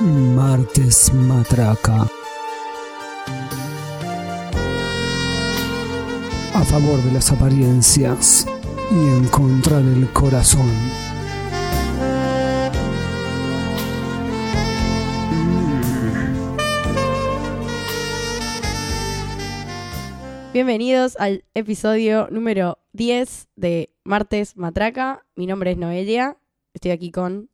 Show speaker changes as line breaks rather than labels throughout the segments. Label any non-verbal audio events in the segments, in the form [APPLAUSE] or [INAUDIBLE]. Martes Matraca. A favor de las apariencias y en contra del corazón.
Bienvenidos al episodio número 10 de Martes Matraca. Mi nombre es Noelia. Estoy aquí con,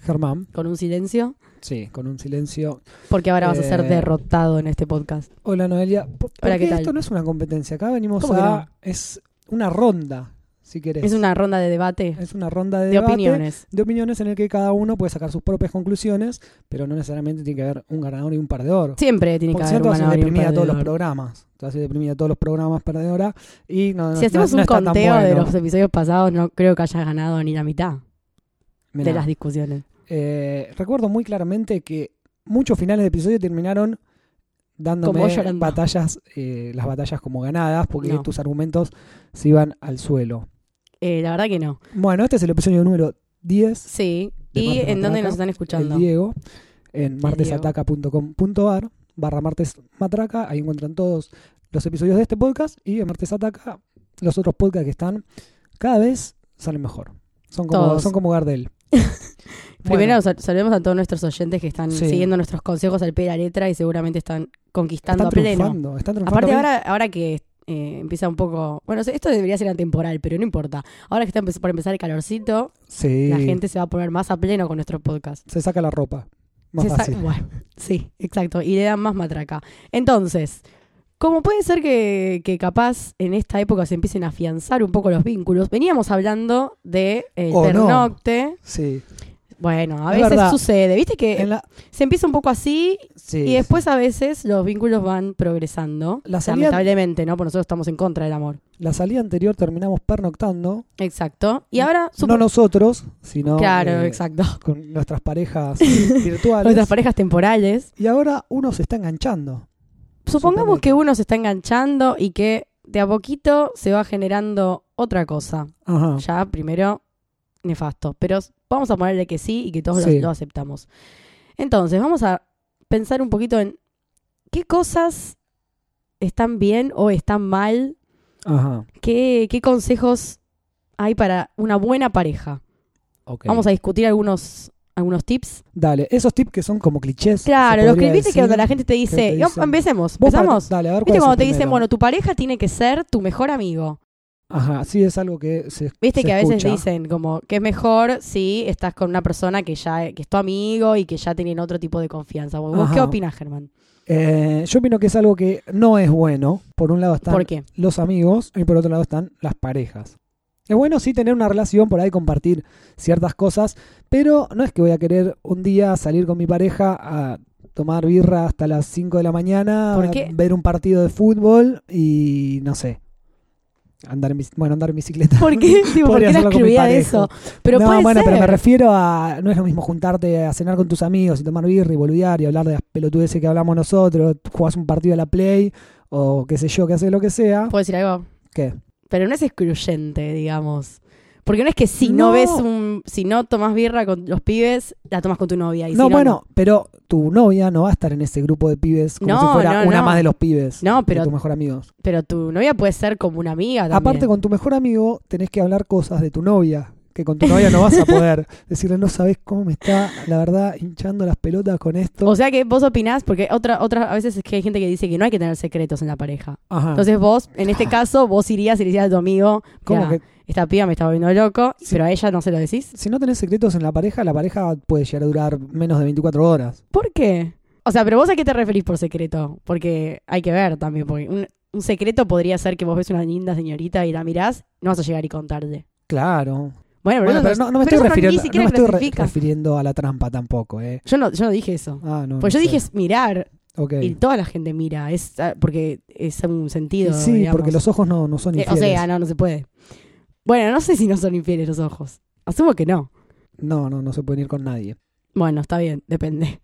Germán,
con un silencio.
sí, con un silencio.
Porque ahora vas a ser
Eh.
derrotado en este podcast.
Hola Noelia. ¿Por- por
Hola, ¿qué tal?
Esto no es una competencia, acá venimos
¿Cómo que
a...
no?
Es una ronda, si querés.
Es una ronda de debate
Es una ronda de,
de
debate,
opiniones.
de opiniones en el que cada uno puede sacar sus propias conclusiones, pero no necesariamente tiene que haber un ganador y un perdedor.
Siempre tiene que
Porque si no,
haber
te
un
vas a
ganador y un
deprimir a todos los
perdedor.
programas. Te vas a deprimir a todos los programas perdedora. Y no, no-
Si hacemos
no- no
un
está tan
conteo de
bueno.
los episodios pasados, no creo que hayas ganado ni la mitad
Mirá,
de las discusiones.
eh, recuerdo muy claramente que muchos finales de episodio terminaron
Como
dándome
llorando.
batallas, eh, las batallas como ganadas, porque
No.
tus argumentos se iban al suelo.
Eh, la verdad que no.
Bueno, este es el episodio número 10
Sí.
De
¿Y
Martes
en dónde
Matraca,
nos están escuchando?
El Diego en
Diego.
martesataca.com.ar barra martesmatraca. Ahí encuentran todos los episodios de este podcast y en Martes Ataca los otros podcasts que están cada vez salen mejor. Son como,
Todos.
son como
[LAUGHS]
Gardel.
Primero sal- saludemos a todos nuestros oyentes que están
Sí.
siguiendo nuestros consejos al pie de la letra y seguramente están conquistando
están
a pleno.
triunfando, están triunfando.
Aparte
Bien.
ahora, ahora que eh, empieza un poco, bueno, esto debería ser atemporal, pero no importa. Ahora que está empe- por empezar el calorcito,
Sí,
la gente se va a poner más a pleno con nuestro podcast.
se saca la ropa. Más
Se sa-
fácil.
Bueno, sí, exacto. Y le dan más matraca. Entonces, como puede ser que, que capaz en esta época se empiecen a afianzar un poco los vínculos, veníamos hablando de el
O no.
pernocte.
Sí.
Bueno, a
Es
veces
verdad.
sucede, viste que
En la-
se empieza un poco así
sí,
Eh, y después a veces los vínculos van progresando.
La salida-
lamentablemente, ¿no? Porque nosotros estamos en contra del amor.
La salida anterior terminamos pernoctando.
Exacto. Y ahora
No
supo-
nosotros, sino
claro,
eh,
exacto.
con nuestras
[LAUGHS]
parejas virtuales.
Nuestras parejas temporales.
Y ahora uno se está enganchando.
Supongamos
Suponete.
que uno se está enganchando y que de a poquito se va generando otra cosa.
Ajá.
Ya primero nefasto, pero vamos a ponerle que sí y que todos lo-
Sí.
lo aceptamos. Entonces, vamos a pensar un poquito en qué cosas están bien o están mal
Ajá.
¿qué, qué consejos hay para una buena pareja?
Ok.
Vamos a discutir algunos algunos tips.
Dps. Dale, esos tips que son como clichés.
Claro,
se
los
podría
que viste que
decir.
cuando la gente te
te
dice,
dicen?
empecemos,
Vos para-
empezamos.
Dale, a ver cuál
Viste
es
cuando
el
te dicen,
primero?
bueno, tu pareja tiene que ser tu mejor amigo.
Ajá, sí, es algo que se.
Viste
se
que a veces
escucha.
dicen como que es mejor si estás con una persona que ya que es tu amigo y que ya tienen otro tipo de confianza. ¿Vos
Ajá.
qué opinas, Germán?
Eh, yo opino que es algo que no es bueno. Por un lado están
¿Por
[LAUGHS]
qué?
los amigos y por otro lado están las parejas. Es bueno sí tener una relación por ahí, compartir ciertas cosas, pero no es que voy a querer un día salir con mi pareja a tomar birra hasta las 5 de la mañana,
¿Por qué?
ver un partido de fútbol y no sé. Andar en, bici- bueno, andar en bicicleta.
¿Por qué? Tipo, ¿Por
Podría
qué la
hacerlo con mi
excluía de
pareja.
eso? Pero
no,
puede
bueno,
ser.
pero me refiero a. No es lo mismo juntarte a cenar con tus amigos y tomar birra y boludear y hablar de las pelotudeces que hablamos nosotros. Jugás un partido a la play o qué sé yo, que haces lo que sea.
¿Puedo decir algo?
¿Qué?
pero no es excluyente, digamos. Porque no es que si no,
No.
ves un, si no tomas birra con los pibes, la tomas con tu novia. Y si
No, bueno, pero tu novia no va a estar en ese grupo de pibes como
No,
si fuera
no,
una
no.
más de los pibes.
No,
de
pero-
tus mejor amigos.
Pero tu novia puede ser como una amiga también.
Aparte, con tu mejor amigo tenés que hablar cosas de tu novia, que con tu novia no
[LAUGHS]
vas a poder. Decirle, no sabes cómo me está, la verdad, hinchando las pelotas con esto.
O sea que vos opinás, porque otra, otra, a veces es que hay gente que dice que no hay que tener secretos en la pareja.
Ajá.
Entonces vos, en este caso, vos irías y le decías a tu amigo,
¿Cómo
"Mirá,
que
esta piba me está volviendo loco,
Sí.
pero a ella no se lo decís.
si no tenés secretos en la pareja, la pareja puede llegar a durar menos de 24 horas?
¿Por qué? O sea, pero vos a qué te referís por secreto? Porque hay que ver también, porque un, un secreto podría ser que vos ves una linda señorita y la mirás, no vas a llegar y contarle.
Claro.
Bueno, pero,
Bueno,
eso
pero no, no me
pero
estoy,
eso
refiriendo,
ni
no
siquiera
me estoy re-
clasifica.
refiriendo a la trampa tampoco, ¿eh?
Yo no, yo no dije eso.
Ah, no.
Pues
no sé.
yo dije es mirar
Ok.
y toda la gente mira, es ah, porque es un
Y
sentido.
sí,
digamos.
porque los ojos no, no son
Eh,
infieles.
o sea, no, no se puede. Bueno, no sé si no son infieles los ojos. Asumo que no.
no, no, no se pueden ir con nadie.
Bueno, está bien, depende.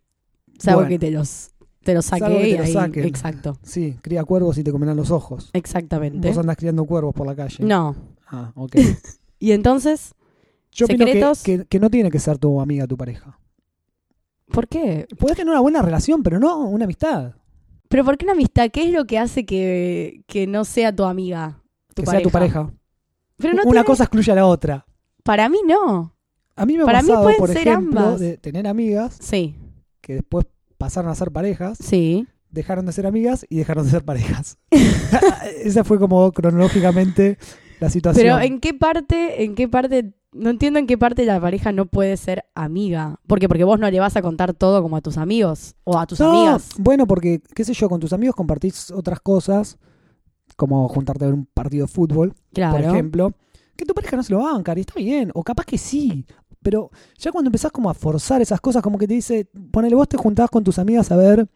Salvo
Bueno.
que te los te los saque
Salvo que te
y
los
ahí-
saquen.
exacto,
Sí, cría cuervos y te comerán los ojos.
exactamente.
Vos andás criando cuervos por la calle.
No.
Ah,
[LAUGHS]
ok.
Y entonces,
Yo opino que-
¿Secretos?
que, que no tiene que ser tu amiga tu pareja.
¿Por qué?
Podés tener una buena relación, pero no una amistad.
¿Pero por qué una amistad? ¿Qué es lo que hace que, que no sea tu amiga? Tu
que sea tu pareja.
Pero no
una
tiene-
cosa excluye a la otra.
Para mí no.
A mí me ha
Para mí
pasado,
pueden
por
ser
ejemplo,
ambas.
de tener amigas
Sí,
que después pasaron a ser parejas,
sí.
dejaron de ser amigas y dejaron de ser
[LAUGHS]
parejas. [LAUGHS] Esa fue como cronológicamente la situación.
Pero ¿en qué parte, en qué parte, no entiendo en qué parte la pareja no puede ser amiga? Porque Porque vos no le vas a contar todo como a tus amigos o a tus
No,
amigas.
Bueno, porque, qué sé yo, con tus amigos compartís otras cosas, como juntarte a ver un partido de fútbol,
Claro.
por ejemplo, que tu pareja no se lo va a bancar y está bien, o capaz que sí. Pero ya cuando empezás como a forzar esas cosas, como que te dice, ponele vos te juntás con tus amigas a ver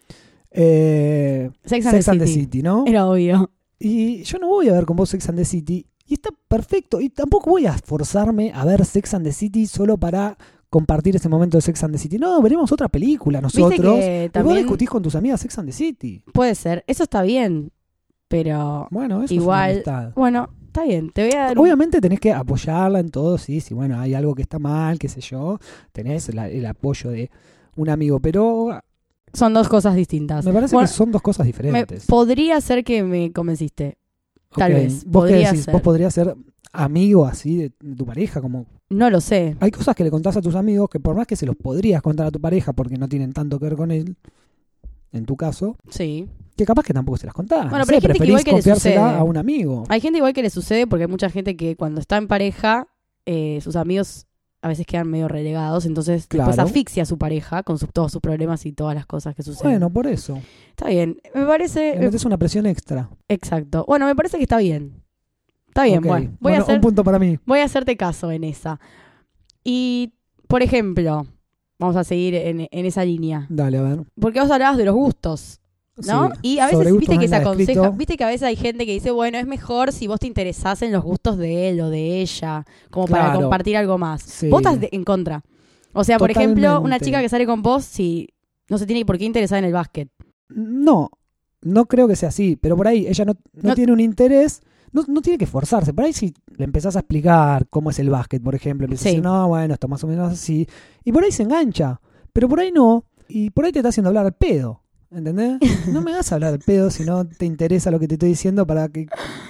eh,
Sex and
Sex
the
and the
City.
City, ¿no?
Era obvio.
Y yo no voy a ver con vos Sex and the City. Y está perfecto. Y tampoco voy a forzarme a ver Sex and the City solo para compartir ese momento de Sex and the City. No, veremos otra película
Viste
nosotros.
que
Y vos
también
discutís con tus amigas Sex and the City.
puede ser. Eso está bien. Pero
Bueno, eso
Igual,
es una amistad.
bueno, está bien. Te voy a dar un-
Obviamente tenés que apoyarla en todo, sí, sí, bueno, hay algo que está mal, qué sé yo, tenés la- el apoyo de un amigo, pero
Son dos cosas distintas.
me parece
Bueno,
que son dos cosas
me-
diferentes.
podría ser que me convenciste. tal
Ok,
vez,
¿Vos qué
podría
decís?
ser.
Vos podrías ser amigo así de de tu pareja, como
No lo sé.
Hay cosas que le contás a tus amigos que por más que se los podrías contar a tu pareja porque no tienen tanto que ver con él, en tu caso,
Sí.
que capaz que tampoco se las contás.
Bueno,
no
pero
sé,
hay gente que
preferís
igual que le
confiársela
sucede.
a un amigo.
Hay gente igual que le sucede porque hay mucha gente que cuando está en pareja, eh, sus amigos a veces quedan medio relegados, entonces
Claro.
después asfixia a su pareja con sus- todos sus problemas y todas las cosas que suceden.
Bueno, este por eso.
Está bien, me parece...
Le metes una presión extra.
Exacto. Bueno, me parece que está bien. Está bien,
Ok.
bueno. Voy, a hacer-
un punto para mí.
voy a hacerte caso en esa. Y, por ejemplo, vamos a seguir en, en esa línea.
Dale, a ver.
Porque vos hablabas de los gustos, ¿no?
Sí.
Y a veces,
Sobre gustos
viste
no
que
hay
se
nada
aconseja,
escrito.
viste que a veces hay gente que dice, bueno, es mejor si vos te interesás en los gustos de él o de ella, como para
Claro.
compartir algo más.
Sí.
Vos estás de- en contra. O sea, por ejemplo, una
Totalmente.
chica que sale con vos, si no se tiene por qué interesar en el básquet.
No, no creo que sea así, pero por ahí ella no, no
No-
tiene un interés, no, no tiene que esforzarse. Por ahí si le empezás a explicar cómo es el básquet, por ejemplo, empezás a
Sí.
decir, no, bueno, está más o menos así, y por ahí se engancha, pero por ahí no, y por ahí te está haciendo hablar al pedo, ¿entendés? No me vas a hablar al pedo si no te interesa lo que te estoy diciendo para que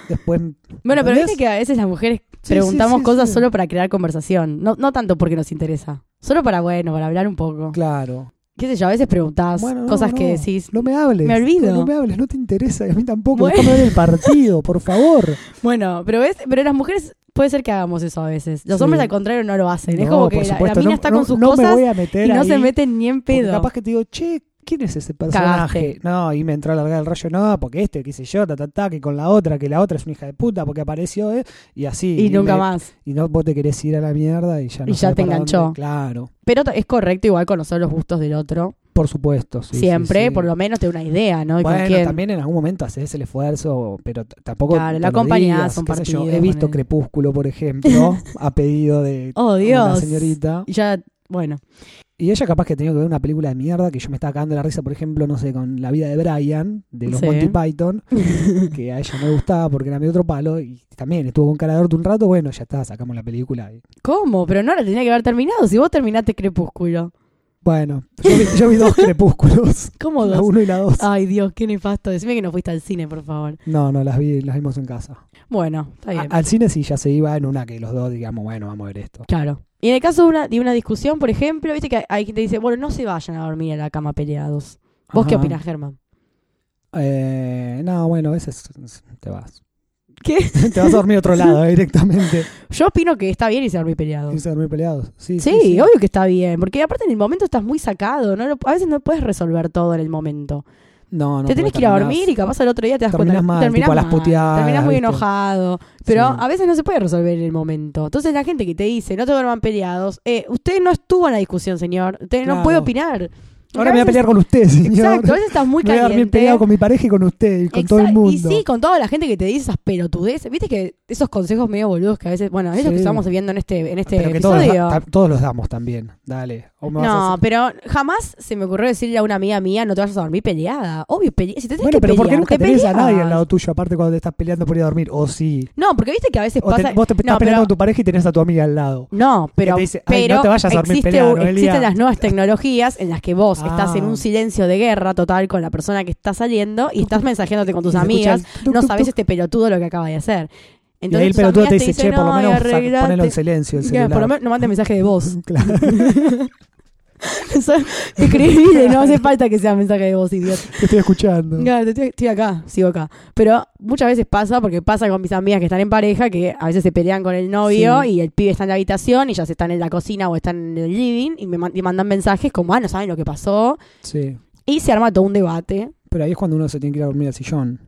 después...
Bueno, pero
¿Entendés?
viste que a veces las mujeres
sí,
[LAUGHS] preguntamos
sí,
cosas
sí.
solo para crear conversación, no, no tanto porque nos interesa, solo para, bueno, para hablar un poco.
Claro.
Qué sé yo, a veces preguntás
Bueno, no,
cosas que
no.
decís,
No me hables.
Me olvido.
No, me hables, no te interesa, y a mí tampoco.
Bueno.
Déjame ver el partido, por favor.
[LAUGHS] Bueno, pero ves, pero las mujeres puede ser que hagamos eso a veces. Los
Sí.
hombres al contrario no lo hacen. es
No,
como que
por
la- la,
supuesto,
mina
no-
está
no-
con sus
no me
cosas
voy a meter
y no se
ahí.
meten ni en
Porque
pedo.
capaz que te digo, che, ¿quién es ese personaje? No, y me entró a largar el rayo, no, porque este, qué sé yo, ta, ta, ta, que con la otra, que la otra es una hija de puta porque apareció, ¿eh? Y así.
y nunca
me-
más.
Y no, vos te querés ir a la mierda y ya no
Y ya
sabés
te
para
enganchó.
dónde. Claro,
Pero t- es correcto igual conocer los gustos del otro.
por supuesto. sí, sí,
Siempre,
sí.
por lo menos te da una idea, ¿no? Y con
Bueno,
quién.
también en algún momento haces el esfuerzo, pero t- tampoco.
Claro,
te
la
lo
acompañás
digas,
a un
qué sé yo.
partido
He visto
con él.
Crepúsculo, por
[LAUGHS]
ejemplo, a pedido de
Oh,
una
Dios.
señorita.
Y ya, bueno.
Y ella capaz que tenía que ver una película de mierda que yo me estaba cagando la risa, por ejemplo, no sé, con La vida de Brian, de los
Sí.
Monty
[LAUGHS]
Python, que a ella no le gustaba porque era mi otro palo, y también estuvo con cara de orto un rato, bueno, ya está, sacamos la película. y-
¿Cómo? Pero no la tenía que haber terminado. Si vos terminaste Crepúsculo.
Bueno, yo vi, yo vi
[LAUGHS]
dos crepúsculos,
¿Cómo
la
dos? Ah.
uno y la dos.
Ay, Dios, qué nefasto. Decime que no fuiste al cine, por favor.
No, no, las vi, las vimos en casa.
Bueno, está bien.
A- al cine sí ya se iba en una que los dos digamos, bueno, vamos a ver esto.
Claro. Y en el caso de una, de una discusión, por ejemplo, viste que hay- hay gente que dice, bueno, no se vayan a dormir a la cama peleados. ¿Vos qué
Ajá.
opinás, Germán?
Eh, no, bueno, a veces es- te vas.
[LAUGHS] ¿Qué?
te vas a dormir a otro lado eh,
[LAUGHS]
directamente.
Yo opino que está bien irse a dormir peleados.
Irse a dormir peleados. Sí,
Sí,
sí, sí.
obvio que está bien, porque aparte en el momento estás muy sacado, no lo- a veces no puedes resolver todo en el momento.
No, no,
te tenés
porque
que ir a
terminás-
dormir y capaz al otro día te das
terminás
cuenta
mal, tipo a las puteadas,
terminás muy
¿viste?
enojado, pero
Sí.
a veces no se puede resolver en el momento. Entonces la gente que te dice, no te duerman peleados, eh, usted no estuvo en la discusión, señor, usted no
Claro.
puede opinar.
Ahora
a
me voy a
veces-
pelear con usted, señor. [LAUGHS]
Exacto, a veces estás muy
me voy a dormir
caliente.
peleado con mi pareja y con usted y con todo el
Exacto,
mundo.
Y sí, con toda la gente que te dice esas pelotudeces. Viste que esos consejos medio boludos que a veces, bueno, ellos
Sí.
que estamos viendo en este, en este
pero que todos,
episodio.
los da- ta- todos los damos también. Dale. O me vas a
No,
hacer-
pero jamás se me ocurrió decirle a una amiga mía, no te vayas a dormir peleada. Obvio, pele- si te tenés
Bueno,
que
pero ¿por qué
pelear,
nunca
te
tenés a
peleas.
nadie al lado tuyo, aparte cuando te estás peleando por ir a dormir? O sí.
No, porque viste que a veces
O te-
pasa...
vos te estás
no,
peleando
pero,
con tu pareja y tenés a tu amiga al lado.
no, pero,
te dice, "Ay,
pero
no te vayas a dormir
existe-
peleada, Noelia".
existen las nuevas tecnologías en las que vos
Ah.
estás en un silencio de guerra total con la persona que está saliendo y estás mensajeándote con tus
Y se escucha
amigas.
el tuc,
No
tuc,
sabés
tuc.
este pelotudo lo que acaba de hacer.
Y ahí el
tus
pelotudo
amigas
te dice, che, por lo
"No,
menos sac-
arreglate".
ponelo en silencio el
[LAUGHS] Claro,
celular. [LAUGHS]
por lo menos no mande mensaje de voz.
Claro.
[LAUGHS] Eso es Escribile, no hace falta que sea mensaje de voz, idiota.
Te estoy escuchando.
Claro, estoy, estoy acá, sigo acá. Pero muchas veces pasa, porque pasa con mis amigas que están en pareja, que a veces se pelean con el novio
Sí.
y el pibe está en la habitación y ellas están en la cocina o están en el living y me man- y mandan mensajes como, ah, no saben lo que pasó.
Sí.
Y se arma todo un debate.
Pero ahí es cuando uno se tiene que ir a dormir al sillón.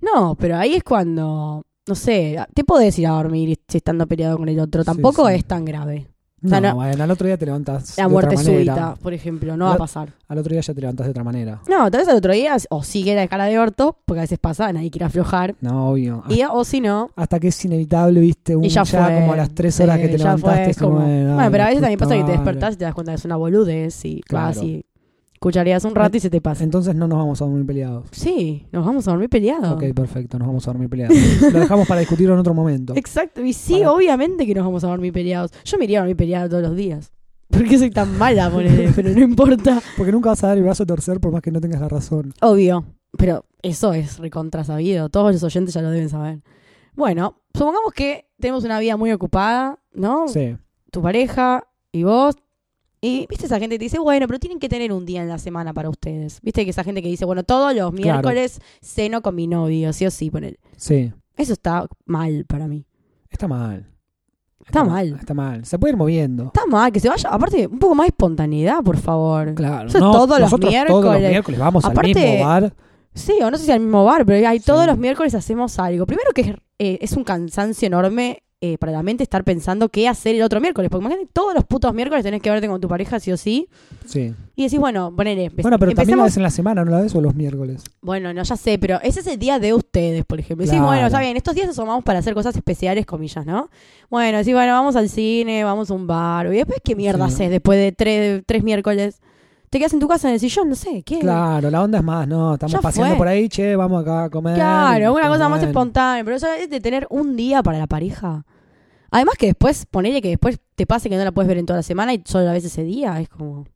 No, pero ahí es cuando, no sé, te podés ir a dormir y- si estando peleado con el otro.
Sí,
Tampoco
sí.
es tan grave. O
No,
sea, no-
bueno, al otro día te levantas
La
de
muerte
otra manera.
súbita, por ejemplo, no va a
No-
pasar.
Al otro día ya te levantas de otra manera.
No, tal vez al otro día o sigue la escala de orto, porque a veces pasa, nadie quiere aflojar.
No, obvio.
Y, o si no,
Hasta que es inevitable, viste, un
y ya, fue.
Uh, como a las tres horas
Sí,
que te
ya
levantaste.
fue,
es
como-
como,
Bueno,
ay,
pero a veces
la
también pasa que te
puta madre.
despertás y te das cuenta que es una boludez y
Claro.
vas y cuchareas un rato y se te pasa.
Entonces no nos vamos a dormir peleados.
Sí, nos vamos a dormir peleados.
Ok, perfecto, nos vamos a dormir peleados. Lo dejamos para discutirlo en otro
[LAUGHS]
momento.
Exacto, y sí,
Para-
obviamente que nos vamos a dormir peleados. Yo me iría a dormir peleada todos los días. ¿Por qué soy tan mala, ponele? [LAUGHS] Pero no importa.
Porque nunca vas a dar el brazo a torcer por más que no tengas la razón.
Obvio, pero eso es recontrasabido. Todos los oyentes ya lo deben saber. Bueno, supongamos que tenemos una vida muy ocupada, ¿no?
Sí.
tu pareja y vos. Y viste esa gente que te dice, bueno, pero tienen que tener un día en la semana para ustedes. Viste que esa gente que dice, bueno, todos los miércoles ceno con mi novio, sí o sí, ponele.
Sí.
Eso está mal para mí.
Está mal.
Está mal.
Está mal. Se puede ir moviendo.
Está mal que se vaya. Aparte, un poco más de espontaneidad, por favor.
Claro.
Eso
no,
todos los
nosotros todos los
miércoles.
miércoles vamos
Aparte-
al mismo bar.
Sí, o no sé si al mismo bar, pero hay,
Sí.
todos los miércoles hacemos algo. Primero que es, eh, es un cansancio enorme eh, para la mente estar pensando qué hacer el otro miércoles. Porque imagínate, todos los putos miércoles tenés que verte con tu pareja, sí o sí.
Sí.
Y decís, bueno, ponele, empe-
Bueno, pero también la
empecemos
ves en la semana, ¿no la ves o los miércoles?
Bueno, no, ya sé, pero ese es el día de ustedes, por ejemplo. Decís,
Claro.
bueno, está bien, estos días nos tomamos para hacer cosas especiales, comillas, ¿no? Bueno, decís, bueno, vamos al cine, vamos a un bar. Y después, ¿qué mierda
Sí.
haces después de tres, tres miércoles? Te quedas en tu casa en el sillón, no sé, ¿qué?
Claro, la onda es más, no, estamos
Ya
paseando
fue.
por ahí, che, vamos acá a comer.
Claro, una
Pero
cosa más
bueno.
espontánea, pero eso es de tener un día para la pareja. Además que después, ponele que después te pase que no la puedes ver en toda la semana y solo la ves ese día, es como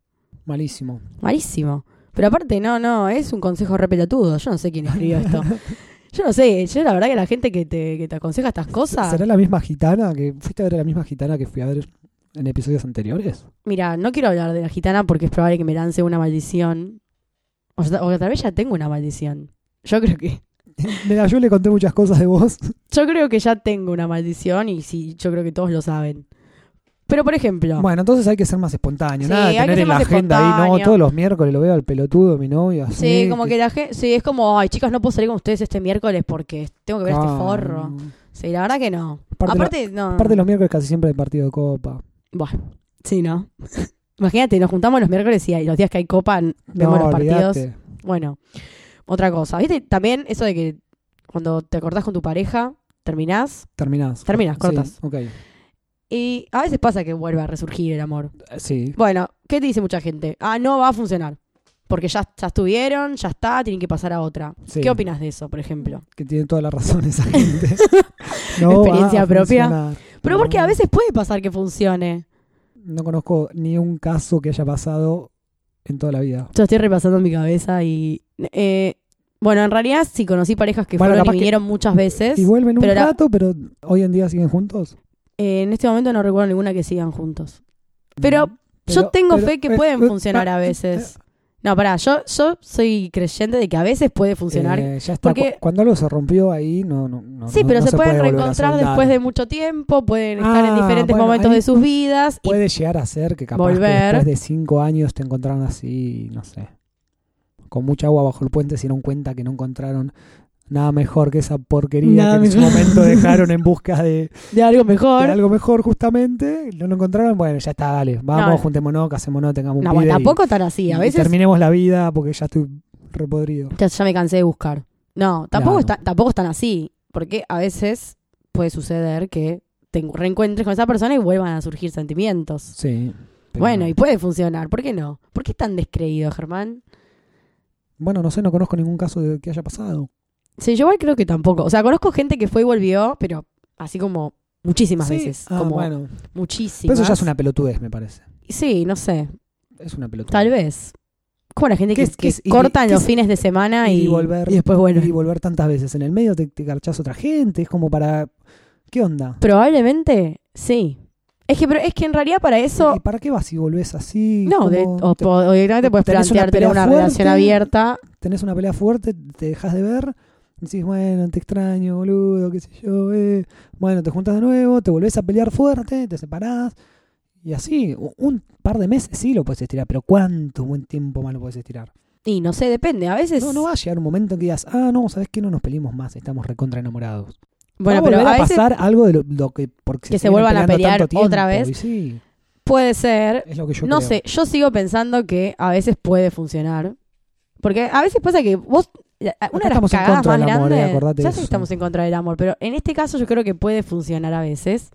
Malísimo.
malísimo. Pero aparte, no, no, es un consejo re pelotudo. Yo no sé quién escribió esto. Yo no sé, yo la verdad que la gente que te, que te aconseja estas cosas,
¿Será la misma gitana que fuiste a ver a la misma gitana que fui a ver en episodios anteriores? [LAUGHS]
Mira, no quiero hablar de la gitana porque es probable que me lance una maldición. O, sea, o tal vez ya tengo una maldición. Yo creo que.
Mira, yo le conté muchas cosas de vos.
Yo creo que ya tengo una maldición y sí, yo creo que todos lo saben. Pero por ejemplo.
Bueno, entonces hay que ser más espontáneo,
Sí,
nada de
hay que
tener
ser
en la
más
agenda ahí, no,
espontáneo.
todos los miércoles lo veo al pelotudo, de mi novio, así.
sí, como que la gente. Sí, es como, ay, chicas, no puedo salir con ustedes este miércoles porque tengo que ver
Claro.
este forro. Sí, la verdad que no.
Aparte,
Aparte, no.
lo- aparte los miércoles casi siempre hay partido de copa.
Bueno, sí, ¿no? [LAUGHS] Imagínate, nos juntamos los miércoles y hay- los días que hay copa, vemos los partidos.
olvídate.
Bueno, otra cosa. ¿Viste también eso de que cuando te acordás con tu pareja, terminás?
Terminás.
Terminás,
Sí,
cortás.
ok. Eh,
Y a veces pasa que vuelve a resurgir el amor.
Sí.
Bueno, ¿qué te dice mucha gente? Ah, no va a funcionar. Porque ya, ya estuvieron, ya está, tienen que pasar a otra.
Sí. Mm.
¿Qué opinas de eso, por ejemplo?
Que tiene toda la razón
[LAUGHS]
esa gente. No va
Experiencia
a
propia.
funcionar.
Pero
No.
porque a veces puede pasar que funcione.
No conozco ni un caso que haya pasado en toda la vida.
Yo estoy repasando en mi cabeza y... eh, bueno, en realidad sí conocí parejas que
Bueno,
fueron
capaz
y
que-
vinieron muchas veces.
Y vuelven un
pero la-
rato, pero hoy en día siguen juntos.
Eh, en este momento no recuerdo ninguna que sigan juntos. Pero yo
Mm, Pero-
tengo
pero-
fe que
eh,
pueden
eh,
funcionar
eh,
a
eh,
veces. No, pará, yo, yo soy creyente de que a veces puede funcionar.
eh, ya está.
porque-
Cu- Cuando algo se rompió ahí, no, no, no.
sí,
no-
pero
no
se, pueden
puede volver a
reencontrar
soldar.
después de mucho tiempo, pueden estar en
Ah,
diferentes
bueno,
momentos
ahí
de sus vidas. y-
Puede llegar a ser que capaz que
Volver.
después de cinco años te encontraron así, no sé. Con mucha agua bajo el puente se dieron cuenta que no encontraron Nada mejor que esa porquería
Nada
que en su
mejor. [LAUGHS]
momento dejaron en busca de,
De algo mejor.
de algo mejor, justamente. No lo encontraron. Bueno, ya está, dale. Vamos,
No.
juntémonos, casémonos, tengamos un
No,
pibe
bueno,
y-
tampoco tan así.
y
A veces
terminemos la vida porque ya estoy repodrido.
ya, ya me cansé de buscar. No, tampoco,
Claro.
está- tampoco están así. Porque a veces puede suceder que te reencuentres con esa persona y vuelvan a surgir sentimientos.
Sí. pero
bueno,
no.
y puede funcionar. ¿Por qué no? ¿Por qué tan descreído, Germán?
bueno, no sé, no conozco ningún caso de que haya pasado.
Sí, yo igual creo que tampoco. O sea, conozco gente que fue y volvió, pero así como muchísimas
Sí.
veces.
Ah,
como
bueno.
muchísimas.
Pero eso ya es una pelotudez, me parece.
Sí, no sé.
Es una pelotudez.
Tal vez. Como la gente
¿Qué
que,
es- qué es
que
ir-
cortan
qué
los
es
fines de semana
ir
y,
y volver?
y después vuelven.
Y volver tantas veces. En el medio te, te garchás otra gente. Es como para. ¿Qué onda?
Probablemente sí. Es que, pero es que en realidad para eso.
¿Y para qué vas si volvés así?
No, de-
¿Cómo
o,
te-
po- o directamente puedes
tenés una
plantearte
pelea
una,
fuerte.
relación abierta.
tenés una pelea fuerte, te dejas de ver, decís, bueno, te extraño, boludo, qué sé yo, eh. bueno, te juntas de nuevo, te volvés a pelear fuerte, te separás, y así, u- un par de meses sí lo puedes estirar, pero ¿cuánto buen tiempo más lo puedes estirar?
Y no sé, depende. A veces.
No, no va a llegar un momento en que digas, ah, no, ¿sabés qué? No nos peleemos más, estamos recontra enamorados.
bueno,
va a
pero
volver
a
a,
veces
pasar algo de lo, lo que... Porque
que se
vienen
vuelvan a
peleando
pelear
tanto
otra
tiempo,
vez.
y sí,
puede ser.
es lo que yo
No
creo.
sé, yo sigo pensando que a veces puede funcionar. Porque a veces pasa que vos. la- Una de las
estamos en
cagadas
contra
más
del amor, eh,
grandes.
acordate
ya
de
sé
eso.
que estamos en contra del amor, pero en este caso yo creo que puede funcionar a veces.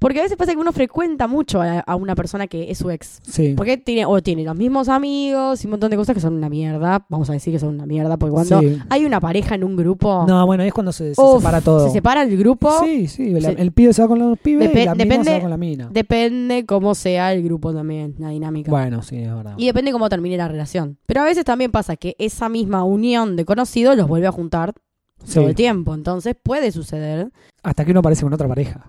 Porque a veces pasa que uno frecuenta mucho a- a una persona que es su ex.
Sí,
Porque tiene, o tiene los mismos amigos y un montón de cosas que son una mierda. Vamos a decir que son una mierda, porque cuando
sí.
hay una pareja en un grupo,
No, bueno, ahí es cuando se, se
Uf,
separa todo.
se separa el grupo,
Sí, sí, la-
Sí.
el pibe se va con los pibes
Depe-
y la mina se
depende-
va con la mina.
depende cómo sea el grupo también, la dinámica.
Bueno, sí, es verdad.
Y depende cómo termine la relación. Pero a veces también pasa que esa misma unión de conocidos los vuelve a juntar
Sí,
todo el tiempo. Entonces puede suceder.
Hasta que uno aparece con otra pareja.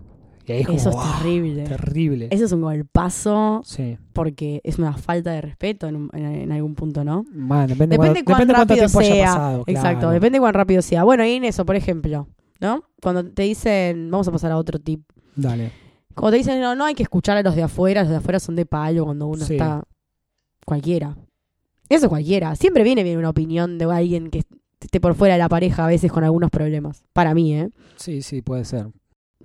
Y ahí es como,
Eso es
¡guau!
terrible.
terrible.
Eso es un golpazo
Sí.
porque es una falta de respeto en, un- en- en algún punto, ¿no?
Bueno, depende, cuánto,
Depende cuán
depende cuánto
rápido
tiempo haya
sea.
pasado. claro.
Exacto, depende cuán rápido sea. Bueno, y en eso, por ejemplo, ¿no? Cuando te dicen, vamos a pasar a otro tip.
Dale.
Cuando te dicen, no, no hay que escuchar a los de afuera, los de afuera son de palo cuando uno
Sí.
está cualquiera. Eso cualquiera. Siempre viene bien una opinión de alguien que esté por fuera de la pareja a veces con algunos problemas. Para mí, ¿eh?
Sí, sí, puede ser.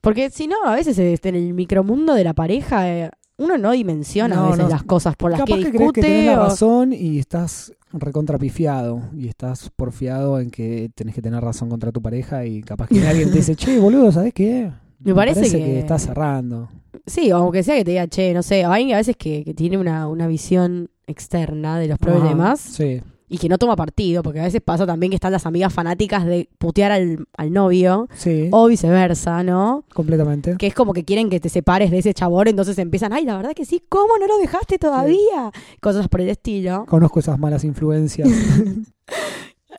Porque si no, a veces este, en el micromundo de la pareja eh, uno no dimensiona
No,
a veces
no.
las cosas por las
Capaz
que
que crees
discute.
que tenés la
o-
razón y estás recontrapifiado y estás porfiado en que tenés que tener razón contra tu pareja y capaz que alguien te dice, che, boludo, ¿sabés qué?
[LAUGHS] Me parece
que...
que-
estás cerrando.
Sí, o aunque sea que te diga, che, no sé, hay a veces que, que tiene una, una visión externa de los problemas
Ajá, Sí.
y que no toma partido, porque a veces pasa también que están las amigas fanáticas de putear al, al novio
Sí,
o viceversa, ¿no?
completamente.
Que es como que quieren que te separes de ese chabón, entonces empiezan, ay, la verdad que sí, ¿cómo no lo dejaste todavía? Cosas por el estilo.
Conozco esas malas
[LAUGHS]
influencias.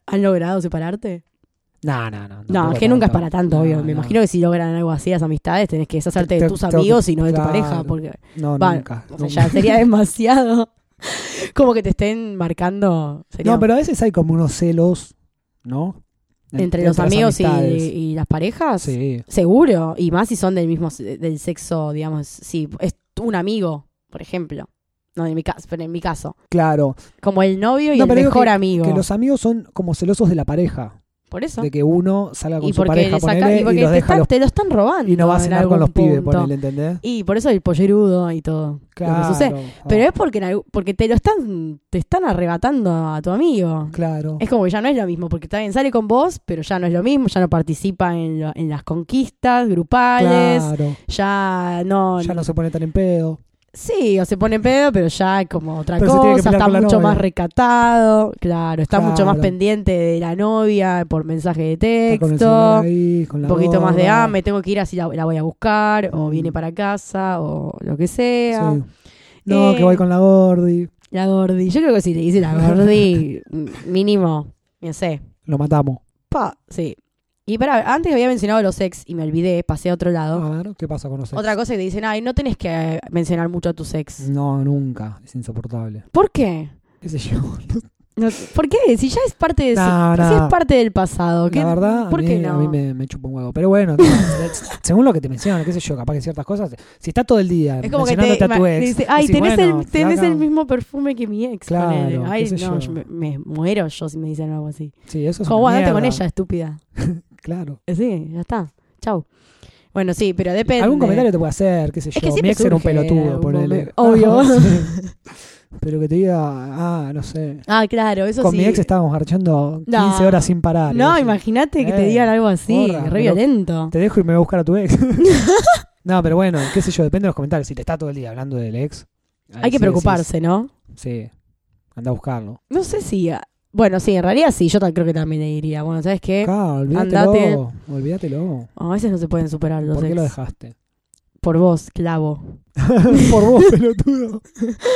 ¿Han logrado separarte?
no, no, no.
No, es que nunca es para tanto, obvio. Me imagino que si logran algo así las amistades, tenés que deshacerte
Te-
de
te-
tus
tengo que-
amigos y no de tu
claro.
pareja, porque
No,
Va,
nunca.
O sea,
nunca.
ya sería demasiado. [LAUGHS] Como que te estén marcando. sería-
No, pero a veces hay como unos celos, ¿no? En-
entre los
las
amigos y,
amistades.
y las parejas.
Sí,
Seguro. Y más si son del mismo se- del sexo, digamos. Si es un amigo, por ejemplo. No, en mi caso, pero en mi caso.
claro.
Como el novio y
No,
el
pero digo
mejor amigo.
Que los amigos son como celosos de la pareja.
por eso.
De que uno salga con
Y
su
porque,
pareja,
le saca-
ponele,
y
y,
porque
los
te,
deja
están-
los-
te lo están robando.
y no va a
en
cenar con
algún
los pibes,
punto.
ponele, ¿entendés?
Y por eso el pollerudo y todo. Lo que
Claro.
sucede.
ah,
Pero es porque, en algún- porque te lo están, te están arrebatando a tu amigo.
Claro.
Es como que ya no es lo mismo, porque también sale con vos, pero ya no es lo mismo, ya no participa en, lo- en las conquistas grupales,
Claro.
ya no...
Ya no se pone tan en pedo.
Sí, o se pone en pedo, pero ya es como otra
Pero se tiene que
cosa,
pelear
está
con la
mucho
novia.
más recatado, claro, está mucho más
Claro.
pendiente de la novia por mensaje de
Está con el
texto,
celular ahí, con la
un poquito más de,
gorda.
ah, me tengo que ir así, la, la voy a buscar, o
Mm.
viene para casa, o lo que sea.
Sí. No,
Eh,
que voy con la gordi.
La gordi, yo creo que si le dice la
[LAUGHS]
gordi, m- mínimo, no sé,
Lo matamos.
Pa, sí. Y para antes había mencionado los ex y me olvidé, pasé a otro lado.
A ver, ¿qué pasa con nosotros?
Otra cosa que te dicen, ay, no tenés que eh,
Mm.
mencionar mucho a tus ex.
No, nunca. Es insoportable.
¿Por qué?
¿Qué sé yo?
No, ¿Por qué? Si ya es parte de
No,
si,
no.
si es parte del pasado. ¿qué-
La verdad,
¿por
a mí,
qué no?
a mí me, me chupa un huevo. Pero bueno, tío, [LAUGHS] según lo que te mencionan, qué sé yo, capaz que ciertas cosas. Si está todo el día
Es como que te,
mencionándote a tu
te
ex.
dice, ay,
decís,
tenés,
bueno,
el, tenés
flaca".
el mismo perfume que mi ex.
Claro,
ponele.
qué
Ay,
sé yo.
no, yo me, me muero yo si me dicen algo así.
Sí, eso es
Como,
una
bueno, andate con
mierda".
ella, estúpida.
Claro.
Eh, Sí, ya está. Chau. Bueno, sí, pero depende.
Algún comentario te puede hacer, qué sé yo.
que siempre
mi ex era un
surge
pelotudo,
algún
ponele. [LAUGHS]
momento. Obvio. [LAUGHS]
Pero que te diga, ah, no sé.
Ah, claro, eso
Con
sí.
mi ex estábamos marchando 15
No.
horas sin parar.
No,
Y yo,
imagínate que te
Eh,
digan algo así,
gorda,
re
pero-
violento.
Te dejo y me voy a buscar a tu
[LAUGHS]
ex. no, pero bueno, qué sé yo, depende de los comentarios. Si te está todo el día hablando del ex. ahí
Hay que
sí
preocuparse, ¿no?
decís, sí, anda a buscarlo.
No sé si. ah, Bueno, sí, en realidad sí, yo ta- creo que también le diría. Bueno, ¿sabes qué?
Claro, olvídatelo. Olvídatelo.
A veces no se pueden superar los
¿Por qué
ex.
lo dejaste? [LAUGHS]
Por vos, clavo.
Por vos, pelotudo.
[LAUGHS]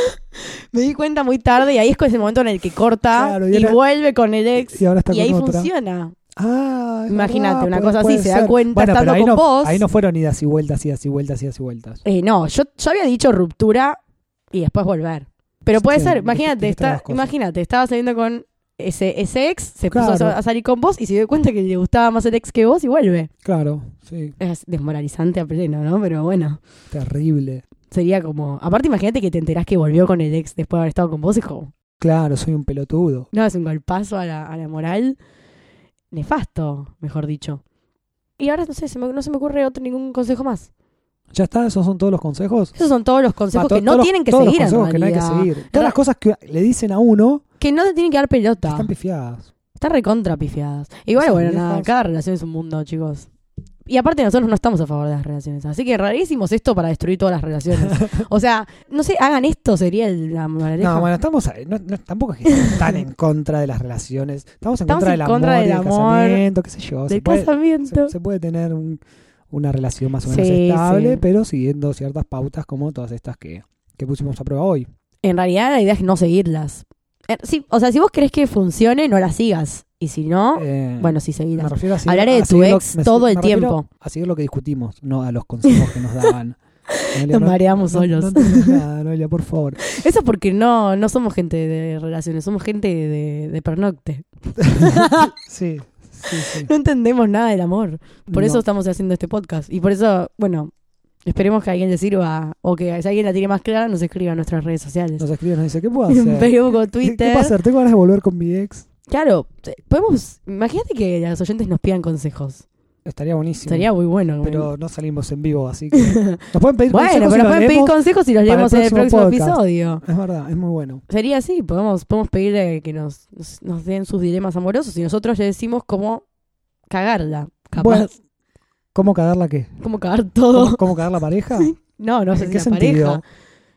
Me di cuenta muy tarde y ahí es con ese momento en el que corta
Claro, y
y,
era-
vuelve con el ex
Y ahora está
y ahí
con otra.
funciona.
Ah, es
Imagínate,
verdad,
una
puede-
cosa así,
puede
se da
ser.
cuenta
Bueno, pero
estando
ahí
con
no,
vos.
Ahí no fueron idas y vueltas, idas y vueltas, idas y vueltas.
Eh, no, yo, yo había dicho ruptura y después volver. Pero puede
Sí,
ser,
dijiste-
imagínate,
dijiste
está-
las cosas.
imagínate, estaba saliendo con ese, ese ex, se puso
Claro.
a, a salir con vos y se dio cuenta que le gustaba más el ex que vos y vuelve.
Claro, sí,
Es desmoralizante a pleno, ¿no? Pero bueno,
terrible.
sería como. Aparte, imagínate que te enterás que volvió con el ex después de haber estado con vos, hijo.
Claro, soy un pelotudo.
No, es un golpazo a la, a la moral. Nefasto, mejor dicho. Y ahora no sé, se me- no se me ocurre otro ningún consejo más.
¿Ya está? ¿Esos son todos los consejos?
Esos son todos los consejos
Ah, to-
que no
todos los-
tienen que
todos
seguir.
los
en
consejos que no hay que
realidad.
seguir.
Ra-
Todas las cosas que le dicen a uno
Que no te tienen que dar pelota.
están pifiadas.
Están recontra pifiadas. Igual,
Esas
bueno, nada,
viejas.
cada relación es un mundo, chicos. Y aparte nosotros no estamos a favor de las relaciones. Así que rarísimos esto para destruir todas las
[LAUGHS]
relaciones. o sea, no sé, hagan esto, sería el- la moraleja.
No, bueno, estamos a- no- no- tampoco es que estamos tan en contra de las relaciones. Estamos en
Estamos
contra
en
del
contra
amor, y
del
del
amor,
casamiento, qué sé yo.
del
se, puede,
casamiento.
se- se puede tener un- una relación más o menos
Sí,
estable,
sí.
pero siguiendo ciertas pautas como todas estas que, que pusimos a prueba hoy.
En realidad la idea es no seguirlas. Eh, sí, o sea, si vos querés que funcione, no las sigas. Y si no,
Eh,
Oh, bueno, sí
me
seguirlas.
refiero a seguir-
Hablaré de
a
tu
seguir lo-
ex
me-
todo
me
el
refiero
tiempo.
A seguir lo que discutimos, no a los consejos que nos
[LAUGHS]
daban. Noelia,
Nos
no-
mareamos
no-
solos.
No, entiendes nada, Noelia, por
[LAUGHS]
favor.
Eso porque no, no somos gente de relaciones, somos gente de, de pernocte.
Sí, sí, sí.
No entendemos nada del amor. Por
No.
eso estamos haciendo este podcast. Y por eso, bueno, esperemos que a alguien le sirva o que si alguien la tiene más clara nos escriba en nuestras redes sociales.
nos escriben, nos dice, ¿qué puedo
[LAUGHS] En
hacer?
Facebook o
¿Qué,
Twitter.
qué puedo hacer? ¿Tengo ganas de volver con mi ex?
Claro, te- podemos. Imagínate que los oyentes nos pidan consejos.
Estaría buenísimo.
Sería muy bueno.
pero no salimos en vivo, así que
[LAUGHS]
nos pueden pedir
bueno,
consejos y
pero
los
pueden pedir
leemos.
consejos y
para
los
el
leemos en el
próximo
próximo
podcast.
episodio.
Es verdad, es muy bueno.
Sería así, podemos, podemos pedirle que nos, nos, nos den sus dilemas amorosos y nosotros le decimos cómo cagarla. Capaz. Oh.
Bueno, ¿Cómo cagarla qué?
cómo cagar todo.
¿Cómo, cómo cagar la
[LAUGHS]
pareja?
No, no
¿En
sé si
qué
la
sentido?
pareja.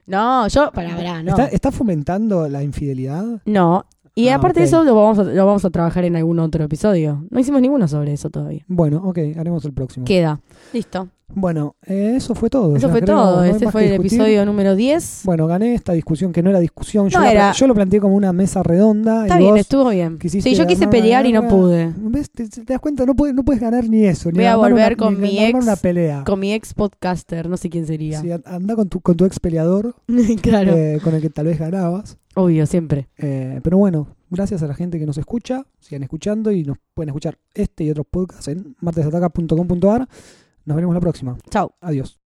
No, yo, para, para, no.
¿Está, está fomentando la infidelidad?
No. Y
Ah,
aparte de
ok.
eso lo vamos, a, lo vamos a trabajar en algún otro episodio. No hicimos ninguno sobre eso todavía.
Bueno, ok, haremos el próximo.
Queda. Listo.
Bueno, eh, eso fue todo.
Eso
ya
fue
creo, no
todo.
hay
Este
más
fue
que
el
discutir.
episodio número 10.
Bueno, gané esta discusión que no era discusión. Yo,
No
la-
era.
yo lo planteé como una mesa redonda.
Está
y
bien,
vos
estuvo bien.
quisiste
Sí, yo quise
armar una
pelear y no
guerra.
pude.
¿Ves? ¿Te, te das cuenta? No puedes, no puedes ganar ni eso. ni
Voy a
armar
volver
una-
con
ni
mi
armar
ex.
una pelea.
Con mi ex podcaster, no sé quién sería.
Sí, an- anda con tu, con tu ex peleador,
[LAUGHS] claro.
eh, con el que tal vez ganabas.
Obvio, siempre.
Eh, pero bueno, gracias a la gente que nos escucha, sigan escuchando y nos pueden escuchar este y otros podcasts en martesataca.com.ar. Nos veremos la próxima.
Chao.
Adiós.